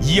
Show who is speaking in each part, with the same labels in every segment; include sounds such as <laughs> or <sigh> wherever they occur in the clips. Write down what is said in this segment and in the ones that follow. Speaker 1: 以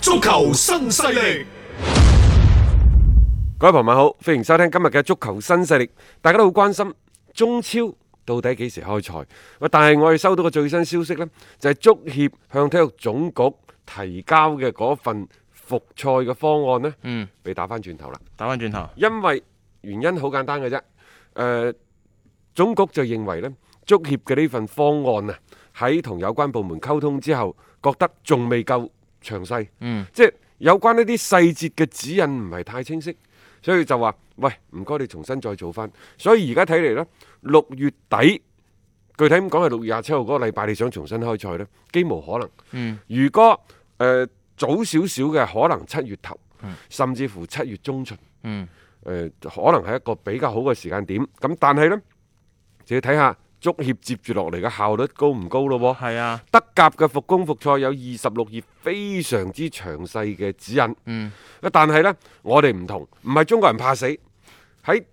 Speaker 1: 足球新勢力，
Speaker 2: 各位朋友好，歡迎收聽今日嘅足球新勢力。大家都好關心中超到底幾時開賽？喂，但係我哋收到嘅最新消息呢，就係、足協向體育總局提交嘅嗰份復賽嘅方案呢，
Speaker 3: 嗯，
Speaker 2: 被打翻轉頭啦。
Speaker 3: 打翻轉頭，
Speaker 2: 因為原因好簡單嘅啫。誒、總局就認為呢，足協嘅呢份方案啊，喺同有關部門溝通之後，覺得仲未夠詳細。
Speaker 3: 嗯，
Speaker 2: 即係有關呢啲細節嘅指引唔係太清晰，所以就話：喂，唔該你重新再做翻。所以而家睇嚟呢，六月底。具體咁講係六月廿七號嗰個禮拜，你想重新開賽呢？幾無可能。
Speaker 3: 嗯
Speaker 2: 如果誒、呃早少少嘅，可能七月頭，甚至乎七月中旬。
Speaker 3: 嗯，
Speaker 2: 誒、可能係一個比較好嘅時間點。咁但係呢，就要睇下足協接住落嚟嘅效率高唔高咯喎。
Speaker 3: 係啊，
Speaker 2: 德甲嘅復工復賽有二十六頁非常之詳細嘅指引。
Speaker 3: 嗯，
Speaker 2: 但係呢，我哋唔同，唔係中國人怕死。喺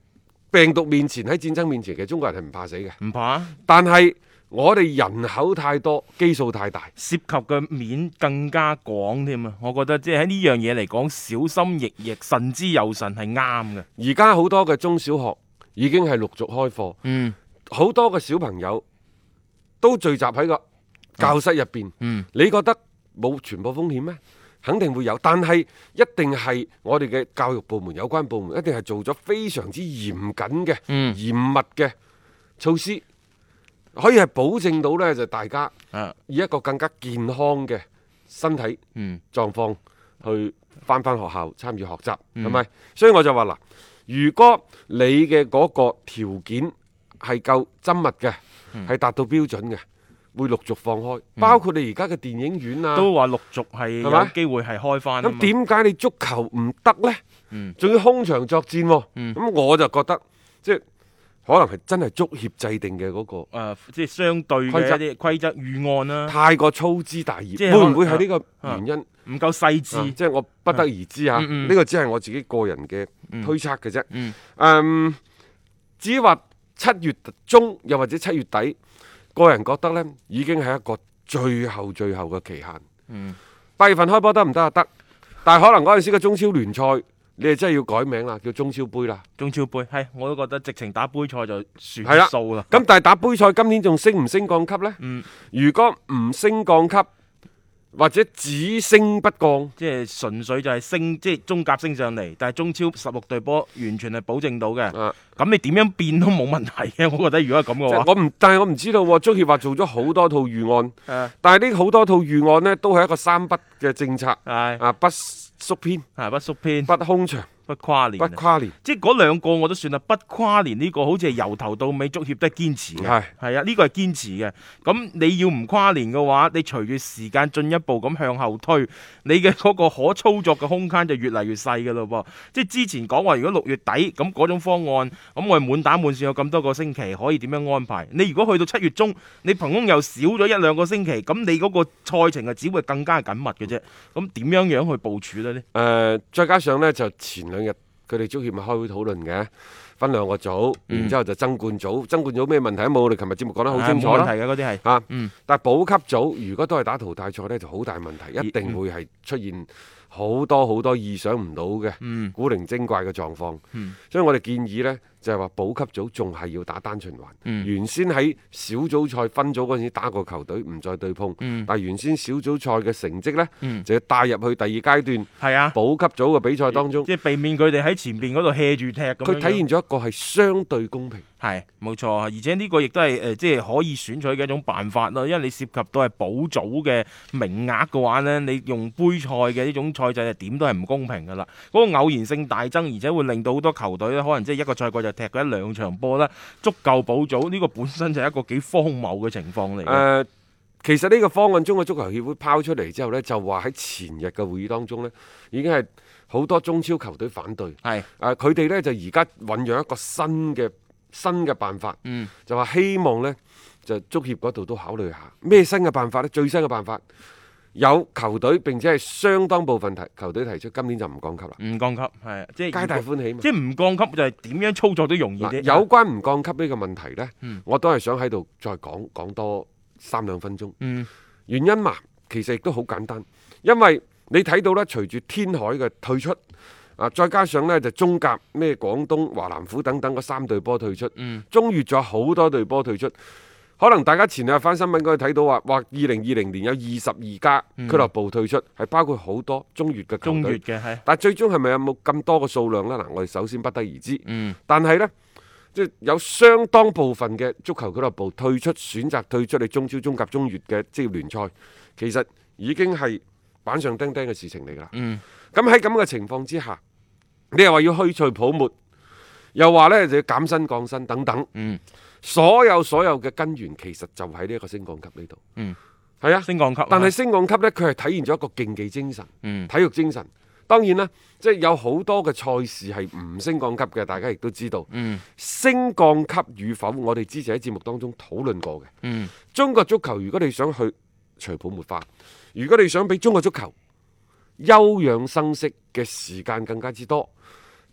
Speaker 2: 病毒面前，喺戰爭面前，其實中國人係唔怕死嘅。
Speaker 3: 唔怕啊，
Speaker 2: 但係我哋人口太多，基數太大。
Speaker 3: 涉及嘅面更加廣添啊！我覺得即係喺呢樣嘢嚟講，小心翼翼、慎之又慎係啱嘅。
Speaker 2: 而家好多嘅中小學已經係陸續開課，
Speaker 3: 嗯
Speaker 2: 好多嘅小朋友都聚集喺個教室入邊。
Speaker 3: 嗯
Speaker 2: 你覺得冇傳播風險咩？肯定會有，但係一定係我哋嘅教育部門、有關部門一定係做咗非常之嚴謹嘅、
Speaker 3: 嗯
Speaker 2: 嚴密嘅措施，可以係保證到呢，就大家
Speaker 3: 啊
Speaker 2: 以一個更加健康嘅身體
Speaker 3: 嗯
Speaker 2: 狀況去翻翻學校參與學習，
Speaker 3: 嗯
Speaker 2: 係咪、所以我就話嗱，如果你嘅嗰個條件係夠精密嘅，係、
Speaker 3: 嗯
Speaker 2: 達到標準嘅，會陸續放開，包括你而家嘅電影院啊。
Speaker 3: 都話陸續係
Speaker 2: 係咪
Speaker 3: 有機會係開翻啊嘛
Speaker 2: 咁點解你足球唔得呢？
Speaker 3: 嗯
Speaker 2: 仲要空場作戰喎、
Speaker 3: 嗯
Speaker 2: 咁我就覺得即係可能係真係足協制定嘅嗰、個。
Speaker 3: 誒，啊即係相對
Speaker 2: 規則
Speaker 3: 嘅一啲規則預案啦，
Speaker 2: 太過粗枝大葉，
Speaker 3: 即係
Speaker 2: 會唔會
Speaker 3: 可能啊
Speaker 2: 係呢個原因？
Speaker 3: 唔夠細
Speaker 2: 啊
Speaker 3: 緻。
Speaker 2: 即係我不得而知啊！呢、
Speaker 3: 嗯嗯
Speaker 2: 個只係我自己個人嘅推測嘅啫。
Speaker 3: 嗯
Speaker 2: 嗯至於話七月中又或者七月底，個人覺得呢已經係一個最後最後嘅期限。
Speaker 3: 嗯
Speaker 2: 八月份開波得唔得啊？得，但係可能嗰陣時嘅中超聯賽，你哋真係要改名啦，叫中超杯啦。
Speaker 3: 中超杯係我都覺得直情打杯賽就
Speaker 2: 係啦
Speaker 3: 算數啦。
Speaker 2: 咁但係打杯賽今年仲升唔升降級呢？
Speaker 3: 嗯
Speaker 2: 如果唔升降級，或者只升不降。
Speaker 3: 即係純粹就係升，即係中甲升上嚟，但係中超十六隊波完全係保證到嘅。
Speaker 2: 啊
Speaker 3: 咁你點樣變都冇問題嘅，我覺得如果係咁
Speaker 2: 即係
Speaker 3: 嘅話，
Speaker 2: 我唔，但係我唔知道喎。足協話做咗好多套預案，
Speaker 3: 誒
Speaker 2: 但係呢好多套預案呢，都係一個三不嘅政策
Speaker 3: 係
Speaker 2: 啊，不縮
Speaker 3: <laughs>
Speaker 2: 編、
Speaker 3: 係啊不縮編
Speaker 2: 不空場、
Speaker 3: 不跨
Speaker 2: 不
Speaker 3: 年，啊
Speaker 2: 跨年。
Speaker 3: 即係嗰兩個我都算啦。不跨年呢個好似係由頭到尾足協都係堅持嘅，
Speaker 2: 係
Speaker 3: 係啊，呢個係堅持嘅。咁你要唔跨年嘅話，你隨住時間進一步咁向後推，你嘅嗰個可操作嘅空間就越嚟越細嘅咯噃。即係之前講話，如果六月底咁嗰種方案，咁我哋滿打滿算有咁多個星期可以點樣安排？你如果去到七月中，你憑空又少咗一兩個星期，咁你嗰個賽程啊，只會更加緊密嘅啫。咁點樣樣去部署咧？呢
Speaker 2: 誒、呃再加上呢，就前兩日佢哋足協咪開會討論嘅，分兩個組，
Speaker 3: 嗯
Speaker 2: 然之後就爭冠組。爭冠組咩問題都冇，我哋琴日節目講得好清楚
Speaker 3: 啊冇問
Speaker 2: 啦。
Speaker 3: 題嘅嗰啲係。
Speaker 2: 啊！
Speaker 3: 嗯
Speaker 2: 但係保級組如果都係打淘汰賽呢，就好大問
Speaker 3: 嗯
Speaker 2: 題，一定會係出現好多好多意想唔到嘅
Speaker 3: 嗯
Speaker 2: 古靈精怪嘅狀況。
Speaker 3: 嗯
Speaker 2: 所以我哋建議呢，就係話保級組仲係要打單循環。
Speaker 3: 嗯
Speaker 2: 原先喺小組賽分組嗰陣時打過球隊，唔再對碰。
Speaker 3: 嗯
Speaker 2: 但係原先小組賽嘅成績呢，
Speaker 3: 嗯
Speaker 2: 就要帶入去第二階段
Speaker 3: 係啊，
Speaker 2: 保級組嘅比賽當中。
Speaker 3: 即係避免佢哋喺前邊嗰度 hea 住嗯踢咁樣樣。
Speaker 2: 佢體現咗一個係相對公平。
Speaker 3: 係冇錯，而且呢個亦都係誒，呃即係可以選取嘅一種辦法咯。因為你涉及呃到係保組嘅名額嘅話呢，你用杯賽嘅呢種賽制係點都係唔公平噶啦。嗰、個偶然性大增，而且會令到好多球隊咧，可能即係一個賽季就踢佢一兩場波啦，足夠保組。呢、個本身就係一個幾荒謬嘅情況嚟
Speaker 2: 誒、
Speaker 3: 嘅。
Speaker 2: 其實呢個方案中國足球協會拋出嚟之後呢，就話喺前日嘅會議當中呢，已經係好多中超球隊反對。
Speaker 3: 係
Speaker 2: 誒佢哋呢就而家醖釀一個新嘅新嘅辦法，
Speaker 3: 嗯
Speaker 2: 就話希望呢就足協嗰度都考慮下咩新嘅辦法呢？最新嘅辦法有球隊並且係相當部分提球隊提出今年就唔降級啦，
Speaker 3: 嗯唔降級係即係
Speaker 2: 皆大歡喜嘛
Speaker 3: 即。係唔降級就係點樣操作都容易
Speaker 2: 嗱
Speaker 3: 啲。
Speaker 2: 有關唔降級呢個問題呢，
Speaker 3: 嗯
Speaker 2: 我都係想喺度再講講多三兩分鐘。
Speaker 3: 嗯
Speaker 2: 原因嘛，其實亦都好簡單，因為你睇到咧，隨住天海嘅退出，啊，再加上呢就中甲咩廣東華南虎等等嗰三隊波退出，
Speaker 3: 嗯
Speaker 2: 中乙仲有好多隊波退出。可能大家前兩日翻新聞嗰度睇到話，話二零二零年有二十二家俱樂部退出，係、包括好多中乙嘅球
Speaker 3: 嗯中
Speaker 2: 隊
Speaker 3: 乙。嘅係
Speaker 2: 但最終係咪有冇咁多個數量呢？嗱，我哋首先不得而知。
Speaker 3: 嗯
Speaker 2: 但係呢，即係有相當部分嘅足球俱樂部退出，選擇退出你中超、中甲、中乙嘅職業聯賽，其實已經係板上釘釘嘅事情嚟㗎啦。
Speaker 3: 嗯
Speaker 2: 咁喺咁嘅情況之下，你又話要去除泡沫，又話呢就要減薪降薪等等，
Speaker 3: 嗯
Speaker 2: 所有所有嘅根源其實就喺呢一個升降級呢度。
Speaker 3: 嗯，
Speaker 2: 係啊。
Speaker 3: 升降級，
Speaker 2: 但係升降級呢，佢係體現咗一個競技精神。
Speaker 3: 嗯
Speaker 2: 體育精神。當然啦，即係有好多嘅賽事係唔升降級嘅，大家亦都知道。
Speaker 3: 嗯
Speaker 2: 升降級與否，我哋之前喺節目當中討論過嘅。
Speaker 3: 嗯
Speaker 2: 中國足球，如果你想去除泡沫化，如果你想俾中國足球休養生息嘅時間更加之多，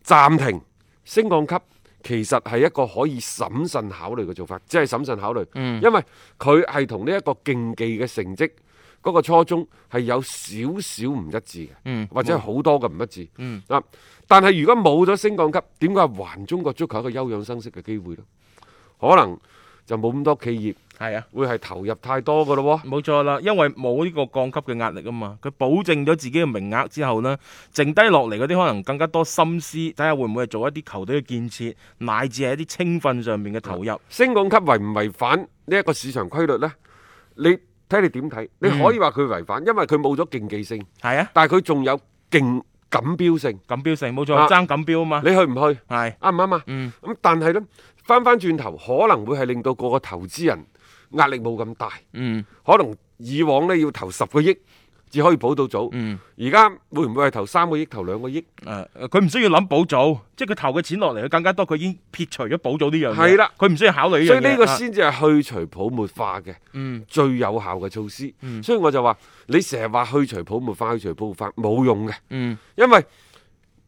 Speaker 2: 暫停升降級。其實係一個可以審慎考慮嘅做法，只係審慎考慮，
Speaker 3: 嗯
Speaker 2: 因為佢係同呢一個競技嘅成績嗰、個初衷係有少少唔一致嘅。
Speaker 3: 嗯
Speaker 2: 或者係好多嘅唔一致。
Speaker 3: 嗯
Speaker 2: 啊，但係如果冇咗升降級，點解還中國足球一個休養生息嘅機會呢？可能就冇咁多企業
Speaker 3: 係啊。
Speaker 2: 會係投入太多嘅咯喎。
Speaker 3: 冇錯啦，因為冇呢個降級嘅壓力啊嘛，佢保證咗自己嘅名額之後呢，剩低落嚟嗰啲可能更加多心思，睇下會唔會係做一啲球隊嘅建設，乃至係一啲青訓上面嘅投入。
Speaker 2: 升降級違唔違反呢一個市場規律呢？你睇你點睇？
Speaker 3: 嗯
Speaker 2: 你可以話佢違反，因為佢冇咗競技性，
Speaker 3: 係啊，
Speaker 2: 但係佢仲有競錦標性。
Speaker 3: 錦標性冇錯
Speaker 2: 啊，
Speaker 3: 爭錦標啊嘛，
Speaker 2: 你去唔去？
Speaker 3: 係
Speaker 2: 啱唔啱啊？
Speaker 3: 嗯
Speaker 2: 咁但係呢，翻翻轉頭可能會係令到個個投資人壓力冇咁大。
Speaker 3: 嗯
Speaker 2: 可能以往呢要投十個億至可以保到組，
Speaker 3: 嗯
Speaker 2: 而家、會唔會係投三個億、投兩個億？
Speaker 3: 誒佢唔需要諗保組，即係佢投嘅錢落嚟，佢更加多，佢已經撇除咗保組呢樣嘢。
Speaker 2: 係啦
Speaker 3: 佢唔需要考慮呢樣
Speaker 2: 所
Speaker 3: 嘢。
Speaker 2: 以呢個
Speaker 3: 啊
Speaker 2: 先至係去除泡沫化嘅、
Speaker 3: 嗯
Speaker 2: 最有效嘅措施。
Speaker 3: 嗯
Speaker 2: 所以我就話你成日話去除泡沫化、去除泡沫化冇用嘅，
Speaker 3: 嗯
Speaker 2: 因為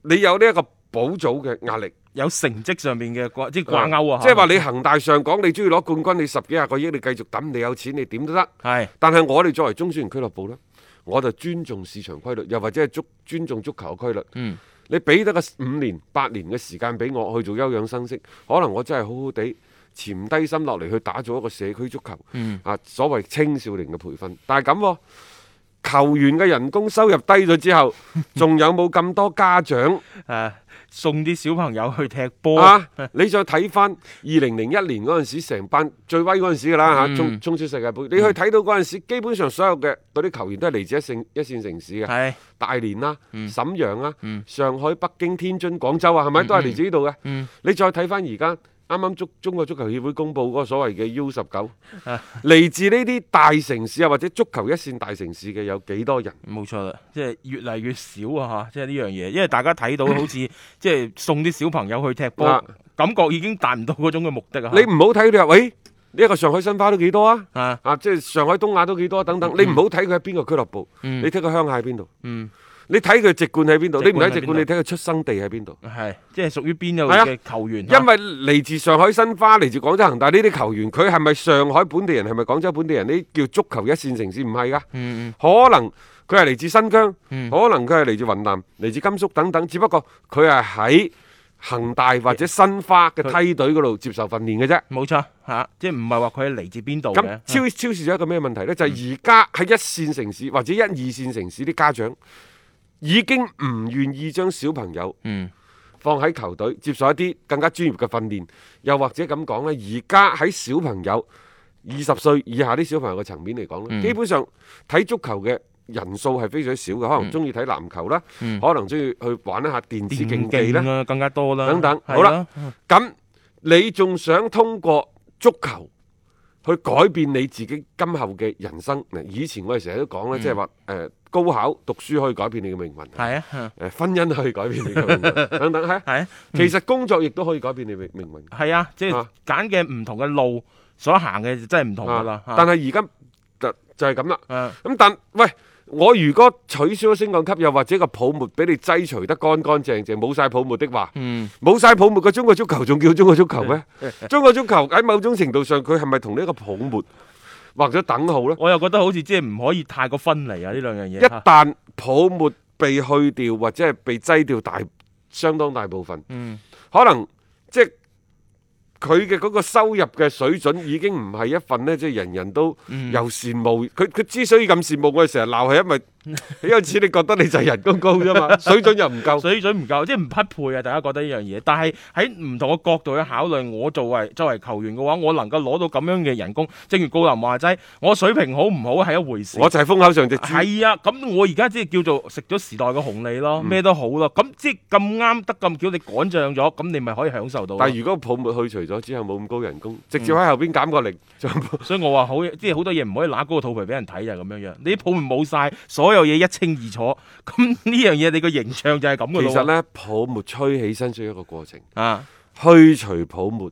Speaker 2: 你有呢一個保組嘅壓力
Speaker 3: 有成績上面嘅掛即係掛鈎啊，
Speaker 2: 即係話你恒大上港，你中意攞冠軍，你十幾廿個億，你繼續抌，你有錢你點都得。
Speaker 3: 係
Speaker 2: 但係我哋作為中小型俱樂部呢，我就尊重市場規律，又或者係足尊重足球嘅規律。
Speaker 3: 嗯
Speaker 2: 你俾得個五年八年嘅時間俾我去做休養生息，可能我真係好好地潛低心落嚟去打造一個社區足球，
Speaker 3: 嗯
Speaker 2: 啊所謂青少年嘅培訓。但係咁喎，球員嘅人工收入低咗之後，仲有冇咁多家長？
Speaker 3: 誒送啲小朋友去踢波
Speaker 2: 啊！你再睇翻二零零一年嗰陣時，成班最威嗰陣時㗎啦
Speaker 3: 嗯
Speaker 2: 嚇，中中超世界盃，你去睇到嗰陣時，基本上所有嘅嗰啲球員都係嚟自一線一線城市嘅，
Speaker 3: 係。嗯
Speaker 2: 大連啦、瀋陽啊、上海、北京、天津、廣州啊，係咪都係嚟自呢
Speaker 3: 嗯
Speaker 2: 度嘅？你再睇翻而家。啱啱足中國足球協會公布嗰個所謂嘅 U 十九，
Speaker 3: 啊
Speaker 2: 嚟自呢啲大城市啊，或者足球一線大城市嘅有幾多人？
Speaker 3: 冇錯啦，即係越嚟越少啊！嚇，即係呢樣嘢，因為大家睇到好似
Speaker 2: <laughs>
Speaker 3: 即係送啲小朋友去踢波
Speaker 2: 啊，
Speaker 3: 感覺已經達唔到嗰種嘅目的啊！
Speaker 2: 你唔好睇佢話，喂，呢一個上海申花都幾多啊？
Speaker 3: 啊，
Speaker 2: 啊，即係上海東亞都幾多等等。你唔好睇佢喺邊個俱樂部，
Speaker 3: 嗯
Speaker 2: 你睇佢鄉下喺邊度，
Speaker 3: 嗯，
Speaker 2: 你睇佢籍貫喺邊度，你
Speaker 3: 籍貫
Speaker 2: 唔睇籍
Speaker 3: 喺邊
Speaker 2: 貫，
Speaker 3: 度
Speaker 2: 你睇佢出生地喺邊度。
Speaker 3: 係即係屬於邊度
Speaker 2: 係啊
Speaker 3: 嘅球員？
Speaker 2: 因為嚟自上海申花、嚟自廣州恒大呢啲球員，佢係咪上海本地人，係咪廣州本地人？呢叫足球一線城市，唔係噶。
Speaker 3: 嗯
Speaker 2: 可能佢係嚟自新疆，
Speaker 3: 嗯
Speaker 2: 可能佢係嚟自雲南、嚟自甘肅等等。只不過佢係喺恒大或者申花嘅梯隊嗰度接受訓練嘅啫。
Speaker 3: 嗯冇錯嚇、即係唔係話佢係嚟自邊度
Speaker 2: 咁
Speaker 3: 嘅？嗯
Speaker 2: 超超市仲有一個咩問題呢？就係而家喺一線城市或者一二線城市啲家長已經唔願意將小朋友
Speaker 3: 嗯
Speaker 2: 放喺球隊接受一啲更加專業嘅訓練，又或者咁講呢，而家喺小朋友二十歲以下啲小朋友嘅層面嚟講呢，
Speaker 3: 嗯
Speaker 2: 基本上睇足球嘅。人數係非常少嘅，
Speaker 3: 嗯
Speaker 2: 可能中意睇籃球啦，可能中意去玩一下電子競技啦，
Speaker 3: 啊啦，更加多啦，
Speaker 2: 等等
Speaker 3: 係
Speaker 2: 好啦，咁你仲想通過足球去改變你自己今後嘅人生？嗱，以前我哋成日都講咧，即係話誒高考讀書可以改變你嘅 <laughs> 命運，
Speaker 3: 係啊，嚇
Speaker 2: 誒婚姻可以改變你嘅命運， <laughs> 等等係。
Speaker 3: 係啊，
Speaker 2: 其實工作亦都可以改變你命命運。
Speaker 3: 係啊，即係
Speaker 2: 啊
Speaker 3: 揀嘅唔同嘅路所行嘅就真係唔同噶啦
Speaker 2: 啊，
Speaker 3: 嚇
Speaker 2: 但係而家就就係咁啦。
Speaker 3: 啊
Speaker 2: 咁但喂，我如果取消咗升降級，又或者個泡沫俾你擠除得乾乾淨淨，冇晒泡沫的話，冇晒、泡沫嘅中國足球仲叫中國足球咩？中國足球喺某種程度上，佢係咪同呢一個泡沫畫咗等號呢？
Speaker 3: 我又覺得好似即係唔可以太過分離啊！呢兩樣嘢
Speaker 2: 一旦泡沫被去掉或者係被擠掉大相當大部分，
Speaker 3: 嗯
Speaker 2: 可能即係佢嘅嗰個收入嘅水準已經唔係一份呢，即係人人都
Speaker 3: 嗯
Speaker 2: 又羨慕佢。佢之所以咁羨慕，我哋成日鬧係因為 <laughs> 因為始你覺得你就係人工高啫
Speaker 3: <laughs>
Speaker 2: 嘛，水準又唔夠。
Speaker 3: 水準唔夠，即係唔匹配啊！大家覺得呢樣嘢，但係喺唔同嘅角度去考慮，我作為作為球員嘅話，我能夠攞到咁樣嘅人工，正如高林話齋，我水平好唔好係一回事。
Speaker 2: 我就係風口上隻豬。
Speaker 3: 係啊，咁我而家即係叫做食咗時代嘅紅利
Speaker 2: 嗯
Speaker 3: 咯，咩都好咯。咁即係咁啱得咁巧，你趕漲咗，咁你咪可以享受到咯。
Speaker 2: 但係如果泡沫去除咗之後冇咁高人工，直
Speaker 3: 嗯
Speaker 2: 接喺後邊減個零，就
Speaker 3: 所以我話好，即係好多嘢唔可以揦高個肚皮俾人睇就係咁樣樣。你啲泡沫冇晒，所有嘢一清二楚。咁呢樣嘢你個形象就係咁嘅
Speaker 2: 其
Speaker 3: 咯。
Speaker 2: 實呢，泡沫吹起身需要一個過程。
Speaker 3: 啊，
Speaker 2: 去除泡沫、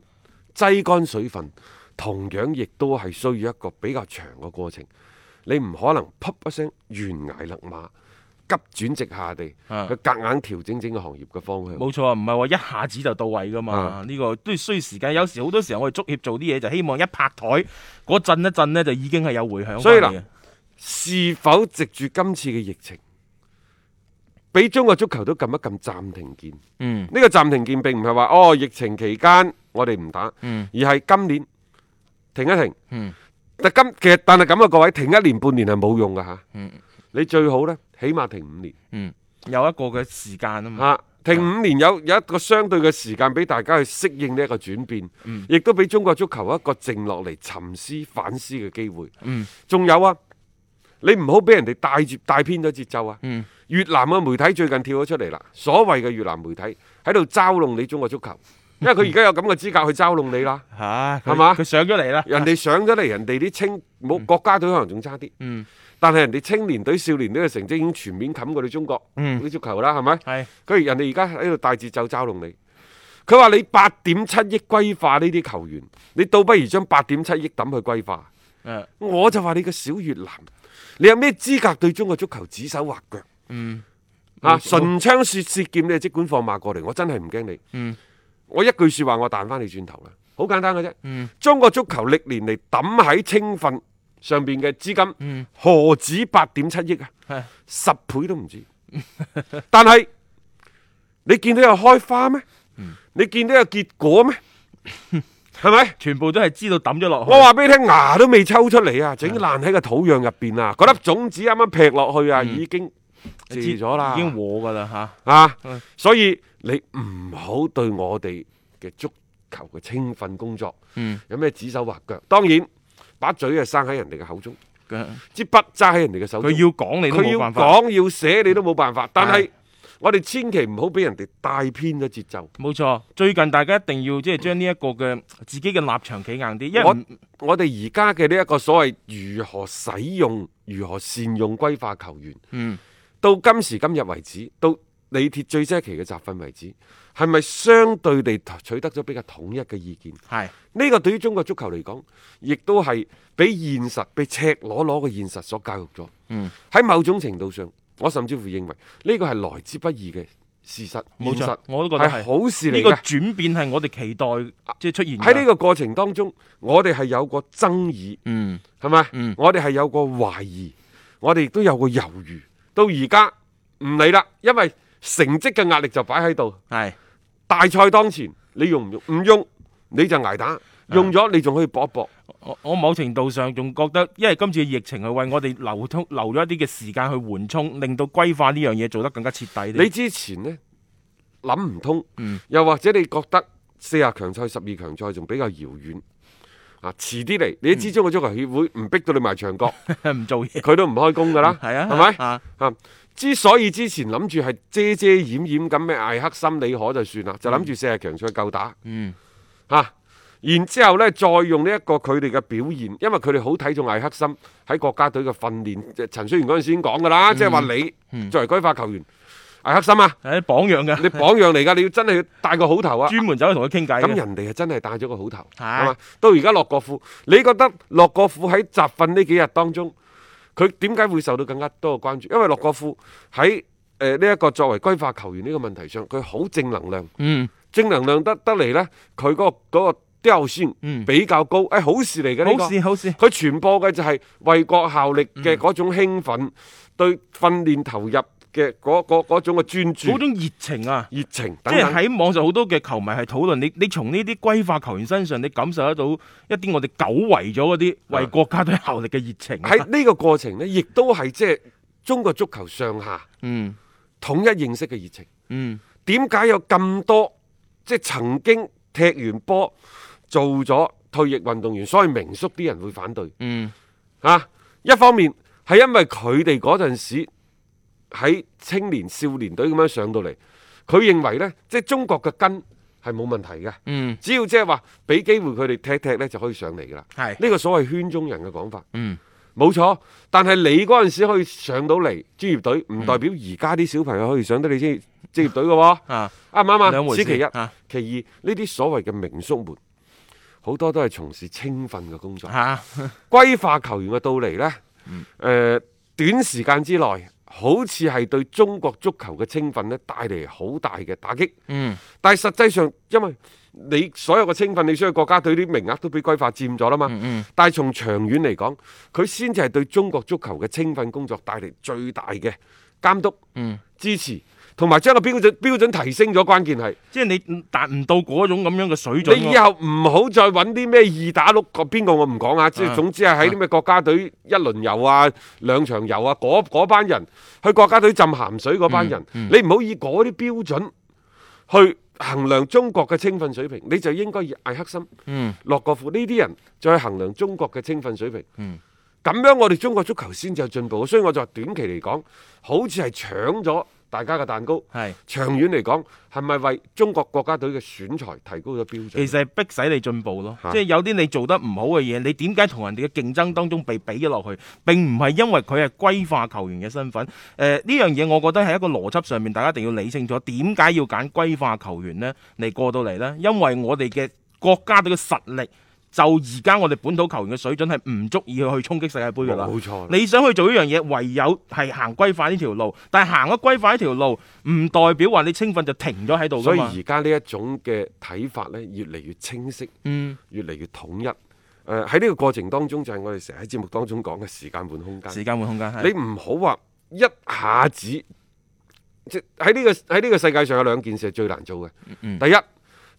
Speaker 2: 擠乾水分，同樣亦都係需要一個比較長嘅過程。你唔可能噗一聲懸崖勒馬，急轉直下地，
Speaker 3: 啊
Speaker 2: 佢夾硬調整整個行業嘅方向。
Speaker 3: 冇錯啊，唔係話一下子就到位噶嘛，
Speaker 2: 啊
Speaker 3: 呢、個都需要時間。有時好多時候我哋足協做啲嘢就希望一拍台嗰陣一陣呢，就已經係有回響。
Speaker 2: 所以嗱，是否藉住今次嘅疫情，俾中國足球都撳一撳暫停鍵？
Speaker 3: 嗯
Speaker 2: 呢個暫停鍵並唔係話哦，疫情期間我哋唔打，
Speaker 3: 嗯
Speaker 2: 而係今年停一停。
Speaker 3: 嗯
Speaker 2: 但今其實但係咁啊，各位停一年半年係冇用㗎吓。
Speaker 3: 嗯
Speaker 2: 你最好呢，起碼停五年
Speaker 3: 有一個嘅時間啊嘛，
Speaker 2: 嚇。嗯停五年有有一個相對嘅時間俾大家去適應呢一個轉變，
Speaker 3: 嗯
Speaker 2: 亦、都俾中國足球一個靜落嚟沉思反思嘅機會。
Speaker 3: 嗯
Speaker 2: 仲、有啊，你唔好俾人哋帶住帶偏咗節奏啊！
Speaker 3: 嗯
Speaker 2: 越南嘅媒體最近跳咗出嚟啦，所謂嘅越南媒體喺度嘲弄你中國足球，因為佢而家有咁嘅資格去嘲弄你
Speaker 3: <laughs>
Speaker 2: 啦。
Speaker 3: 嚇
Speaker 2: 啊係嘛
Speaker 3: 佢上咗
Speaker 2: <laughs>
Speaker 3: 嚟啦，
Speaker 2: 人哋上咗嚟，人哋啲青冇國家隊可能仲差啲，
Speaker 3: 嗯
Speaker 2: 但係人哋青年隊、少年隊嘅成績已經全面冚過你中國
Speaker 3: 嗯
Speaker 2: 啲足球啦，係咪？
Speaker 3: 係
Speaker 2: 佢人哋而家喺度大節奏嘲弄你。佢話你八點七億歸化呢啲球員，你倒不如將八點七億抌去歸化。
Speaker 3: 誒
Speaker 2: 我就話你個小越南，你有咩資格對中國足球指手畫腳？嗯，啊，唇槍舌舌劍，你就即管放馬過嚟，我真係唔驚你。
Speaker 3: 嗯
Speaker 2: 我一句説話，我彈翻你轉頭啦，好簡單嘅啫。
Speaker 3: 嗯
Speaker 2: 中國足球歷年嚟抌喺青訓上邊嘅資金，何止八點七億啊？
Speaker 3: 嗯係
Speaker 2: 十倍都唔止。 <laughs> 但係你見到有開花咩？
Speaker 3: 嗯
Speaker 2: 你見到有結果咩？
Speaker 3: <laughs>
Speaker 2: 係咪？
Speaker 3: 全部都係知道抌咗落去。
Speaker 2: 我話俾你聽，牙都未抽出嚟啊，整爛喺個土壤入邊啊！嗰粒種子啱啱劈落去啊，已經
Speaker 3: 知
Speaker 2: 謝咗
Speaker 3: 嗯
Speaker 2: 啦，
Speaker 3: 已經和㗎啦嚇。
Speaker 2: 啊
Speaker 3: 嗯！
Speaker 2: 所以你唔好對我哋嘅足球嘅青訓工作
Speaker 3: 嗯
Speaker 2: 有咩指手畫腳。當然，把嘴係生喺人哋嘅口中，
Speaker 3: 佢
Speaker 2: 支筆揸喺人哋嘅手中
Speaker 3: 佢。要講你都
Speaker 2: 佢
Speaker 3: 冇
Speaker 2: 要
Speaker 3: 辦法。
Speaker 2: 講要寫，你都冇辦法。但
Speaker 3: 係
Speaker 2: 係我哋千祈唔好俾人哋帶偏咗節奏。
Speaker 3: 冇錯，最近大家一定要即係將呢一個嘅自己嘅立場企硬啲，因為
Speaker 2: 我
Speaker 3: 唔
Speaker 2: 我哋而家嘅呢一個所謂如何使用、如何善用歸化球員，
Speaker 3: 嗯
Speaker 2: 到今時今日為止，到李鐵最新一期嘅集訓為止，係咪相對地取得咗比較統一嘅意見？
Speaker 3: 係
Speaker 2: 呢個對於中國足球嚟講，亦都係俾現實、被赤裸裸嘅現實所教育咗。
Speaker 3: 嗯
Speaker 2: 喺某種程度上，我甚至乎認為呢個係來之不易嘅事實，
Speaker 3: 冇
Speaker 2: 現
Speaker 3: 錯
Speaker 2: 實，
Speaker 3: 我都覺得係
Speaker 2: 係好事
Speaker 3: 呢
Speaker 2: 嚟
Speaker 3: 個
Speaker 2: 嘅。
Speaker 3: 轉變係我哋期待即係出現㗎
Speaker 2: 喺呢個過程當中，我哋係有過爭議，
Speaker 3: 嗯
Speaker 2: 係咪？
Speaker 3: 嗯
Speaker 2: 我哋係有過懷疑，我哋亦都有過猶豫。到而家唔理啦，因為成績嘅壓力就擺喺度，
Speaker 3: 係。
Speaker 2: 大賽當前，你用唔用？唔用你就捱
Speaker 3: 啊
Speaker 2: 打，用咗你仲可以搏一搏。
Speaker 3: 我我某程度上仲覺得，因為今次嘅疫情係啊為我哋留通留咗一啲嘅時間去緩衝，令到規劃呢樣嘢做得更加徹底啲。
Speaker 2: 你之前呢，諗唔通，
Speaker 3: 嗯
Speaker 2: 又或者你覺得四十強賽、十二強賽仲比較遙遠啊，遲啲嚟。你
Speaker 3: 嗯
Speaker 2: 都知中國足球協會唔逼到你埋牆角，
Speaker 3: <laughs> 唔做嘢，
Speaker 2: 佢都唔開工㗎啦，
Speaker 3: <laughs> 係啊，
Speaker 2: <laughs> 係咪？
Speaker 3: 啊
Speaker 2: 啊，之所以之前諗住係遮遮掩掩咁嘅艾克森李可就算啦，就諗住四十強賽夠打。
Speaker 3: 嗯，
Speaker 2: 嚇、然之後呢，再用呢一個佢哋嘅表現，因為佢哋好睇重艾克森喺國家隊嘅訓練。即係陳戌源嗰陣時已經講㗎啦，即係話你、作為歸化球員，艾克森啊，
Speaker 3: 係榜樣嘅，
Speaker 2: 你榜樣嚟㗎，你要真係要帶個好頭啊！
Speaker 3: <laughs> 專門走去同佢傾偈
Speaker 2: 咁
Speaker 3: 嘅。
Speaker 2: 人哋係真係帶咗個好頭，
Speaker 3: 係
Speaker 2: 係嘛？到而家洛國富，你覺得洛國富喺集訓呢幾日當中，佢點解會受到更加多嘅關注？因為洛國富喺誒呢一個作為歸化球員呢個問題上，佢好正能量，
Speaker 3: 嗯，
Speaker 2: 正能量得得嚟呢，佢嗰、個嗰、個調
Speaker 3: 嗯
Speaker 2: 線比較高，誒、好事嚟嘅呢個
Speaker 3: 好事好事，
Speaker 2: 佢傳播嘅就係為國效力嘅嗰種興奮，對訓練投入嘅嗰嗰嗰種嘅專注
Speaker 3: 嗰、、種熱情啊！
Speaker 2: 熱情
Speaker 3: 即
Speaker 2: 等
Speaker 3: 係
Speaker 2: 等。
Speaker 3: 喺網上好多嘅球迷係討論你，你從呢啲歸化球員身上，你感受得到一啲我哋久違咗嗰啲為國家隊效力嘅熱情啊。
Speaker 2: 啊 <laughs> 喺呢個過程呢，亦都係即係中國足球上下
Speaker 3: 嗯
Speaker 2: 統一認識嘅熱情。
Speaker 3: 嗯，
Speaker 2: 點解有咁多即係曾經踢完波做咗退役運動員，所以名宿啲人會反對？
Speaker 3: 嗯，
Speaker 2: 嚇、一方面係因為佢哋嗰陣時喺青年少年隊咁樣上到嚟，佢認為呢，即係中國嘅根係冇問題嘅。
Speaker 3: 嗯，
Speaker 2: 只要即係話俾機會佢哋踢踢呢，就可以上嚟㗎啦。
Speaker 3: 係
Speaker 2: 呢個所謂圈中人嘅講法。
Speaker 3: 嗯，
Speaker 2: 冇錯。但係你嗰陣時可以上到嚟專業隊，唔代表而家啲小朋友可以上得你職業職業隊嘅喎。
Speaker 3: 嗯 <laughs> 啊，
Speaker 2: 啱唔啱啊？
Speaker 3: 兩回
Speaker 2: 此
Speaker 3: 事
Speaker 2: 其一，
Speaker 3: 啊
Speaker 2: 其二呢啲所謂嘅名宿們，好多都係從事青訓嘅工作。
Speaker 3: 嚇，
Speaker 2: 歸化球員嘅到嚟呢，誒、短時間之內，好似係對中國足球嘅青訓呢帶嚟好大嘅打擊。
Speaker 3: 嗯，
Speaker 2: 但係實際上，因為你所有嘅青訓，你需要國家隊啲名額都俾歸化佔咗啦嘛。但係從長遠嚟講，佢先至係對中國足球嘅青訓工作帶嚟最大嘅監督、支持，同埋將個標準標準提升咗。關鍵係
Speaker 3: 即係你達唔到嗰種咁樣嘅水準
Speaker 2: 你以
Speaker 3: 喎。
Speaker 2: 後唔好再揾啲咩二打六個邊個，我唔講啊。即係總之係喺啲咩國家隊一輪遊啊、兩場遊啊，嗰嗰班人去國家隊浸鹹水嗰班人，你唔好以嗰啲標準去衡量中國嘅青訓水平，你就應該以艾克森、
Speaker 3: 嗯
Speaker 2: 洛國富呢啲人再去衡量中國嘅青訓水平。咁樣我哋中國足球先至有進步，所以我就話短期嚟講，好似係搶咗大家嘅蛋糕。
Speaker 3: 係
Speaker 2: 長遠嚟講，係咪為中國國家隊嘅選材提高咗標準？
Speaker 3: 其實係逼使你進步咯，
Speaker 2: 嚇
Speaker 3: 即係有啲你做得唔好嘅嘢，你點解同人哋嘅競爭當中被比咗落去？並唔係因為佢係歸化球員嘅身份。誒、呢樣嘢我覺得係一個邏輯上面，大家一定要理清楚，點解要揀歸化球員呢嚟過到嚟呢？因為我哋嘅國家隊嘅實力。就而家我哋本土球員嘅水準係唔足以去衝擊世界盃㗎啦，
Speaker 2: 冇錯啦
Speaker 3: 你想去做呢樣嘢，唯有係行歸化呢條路，但係行咗歸化呢條路，唔代表話你青訓就停咗喺度
Speaker 2: 所
Speaker 3: 㗎
Speaker 2: 以
Speaker 3: 嘛。
Speaker 2: 而家呢一種嘅睇法呢，越嚟越清晰，
Speaker 3: 嗯
Speaker 2: 越嚟越統一。誒喺呢個過程當中，就係我哋成日喺節目當中講嘅時間換空間。
Speaker 3: 時間換空間係
Speaker 2: 你唔好話一下子，即喺呢個喺呢個世界上有兩件事係最難做嘅。
Speaker 3: 嗯
Speaker 2: 第一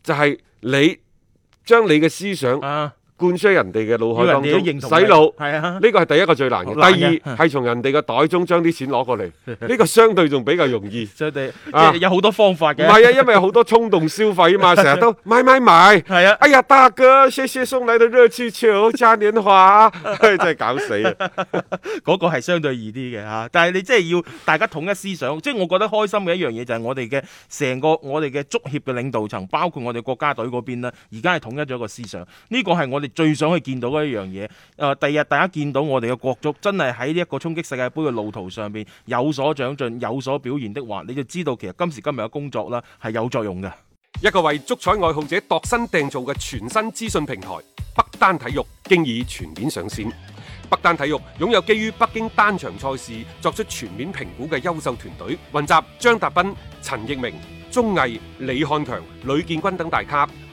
Speaker 2: 就係、你將你嘅思想
Speaker 3: 啊。
Speaker 2: 灌輸人哋嘅腦海當
Speaker 3: 以為
Speaker 2: 中，
Speaker 3: 你都認
Speaker 2: 洗
Speaker 3: 同
Speaker 2: 腦。
Speaker 3: 係啊
Speaker 2: 呢個係第一個最難
Speaker 3: 好難
Speaker 2: 嘅。
Speaker 3: 嘅啊
Speaker 2: 第二係從人哋嘅袋中將啲錢攞過
Speaker 3: <laughs>
Speaker 2: 嚟，呢個相對仲比較容易。
Speaker 3: 即係即 <laughs>
Speaker 2: 啊
Speaker 3: 係有好多方法
Speaker 2: 唔
Speaker 3: 嘅。
Speaker 2: 係啊，因為好多衝動消
Speaker 3: <laughs>
Speaker 2: 費啊嘛，成日都買買買。
Speaker 3: 係啊
Speaker 2: 哎呀，大哥，謝謝送來的熱氣球、嘉年華， <laughs> 真係搞死啊！
Speaker 3: 嗰個係相對易啲嘅嚇，但係你即係要大家統一思想，即係我覺得開心嘅一樣嘢就係我哋嘅成個我哋嘅足協嘅領導層，包括我哋國家隊嗰邊呢，而家係統一咗個思想，呢個係我哋最想去見到嘅一樣嘢。誒、第日大家見到我哋嘅國足真係喺呢一個衝擊世界盃嘅路途上邊有所長進、有所表現的話，你就知道其實今時今日嘅工作啦係有作用嘅。
Speaker 2: 一個為足彩愛好者度身訂造嘅全新資訊平台北單體育，經已全面上線。北單體育擁有基於北京單場賽事作出全面評估嘅優秀團隊，雲集張達斌、陳奕明、鐘毅、李漢強、呂建軍等大咖，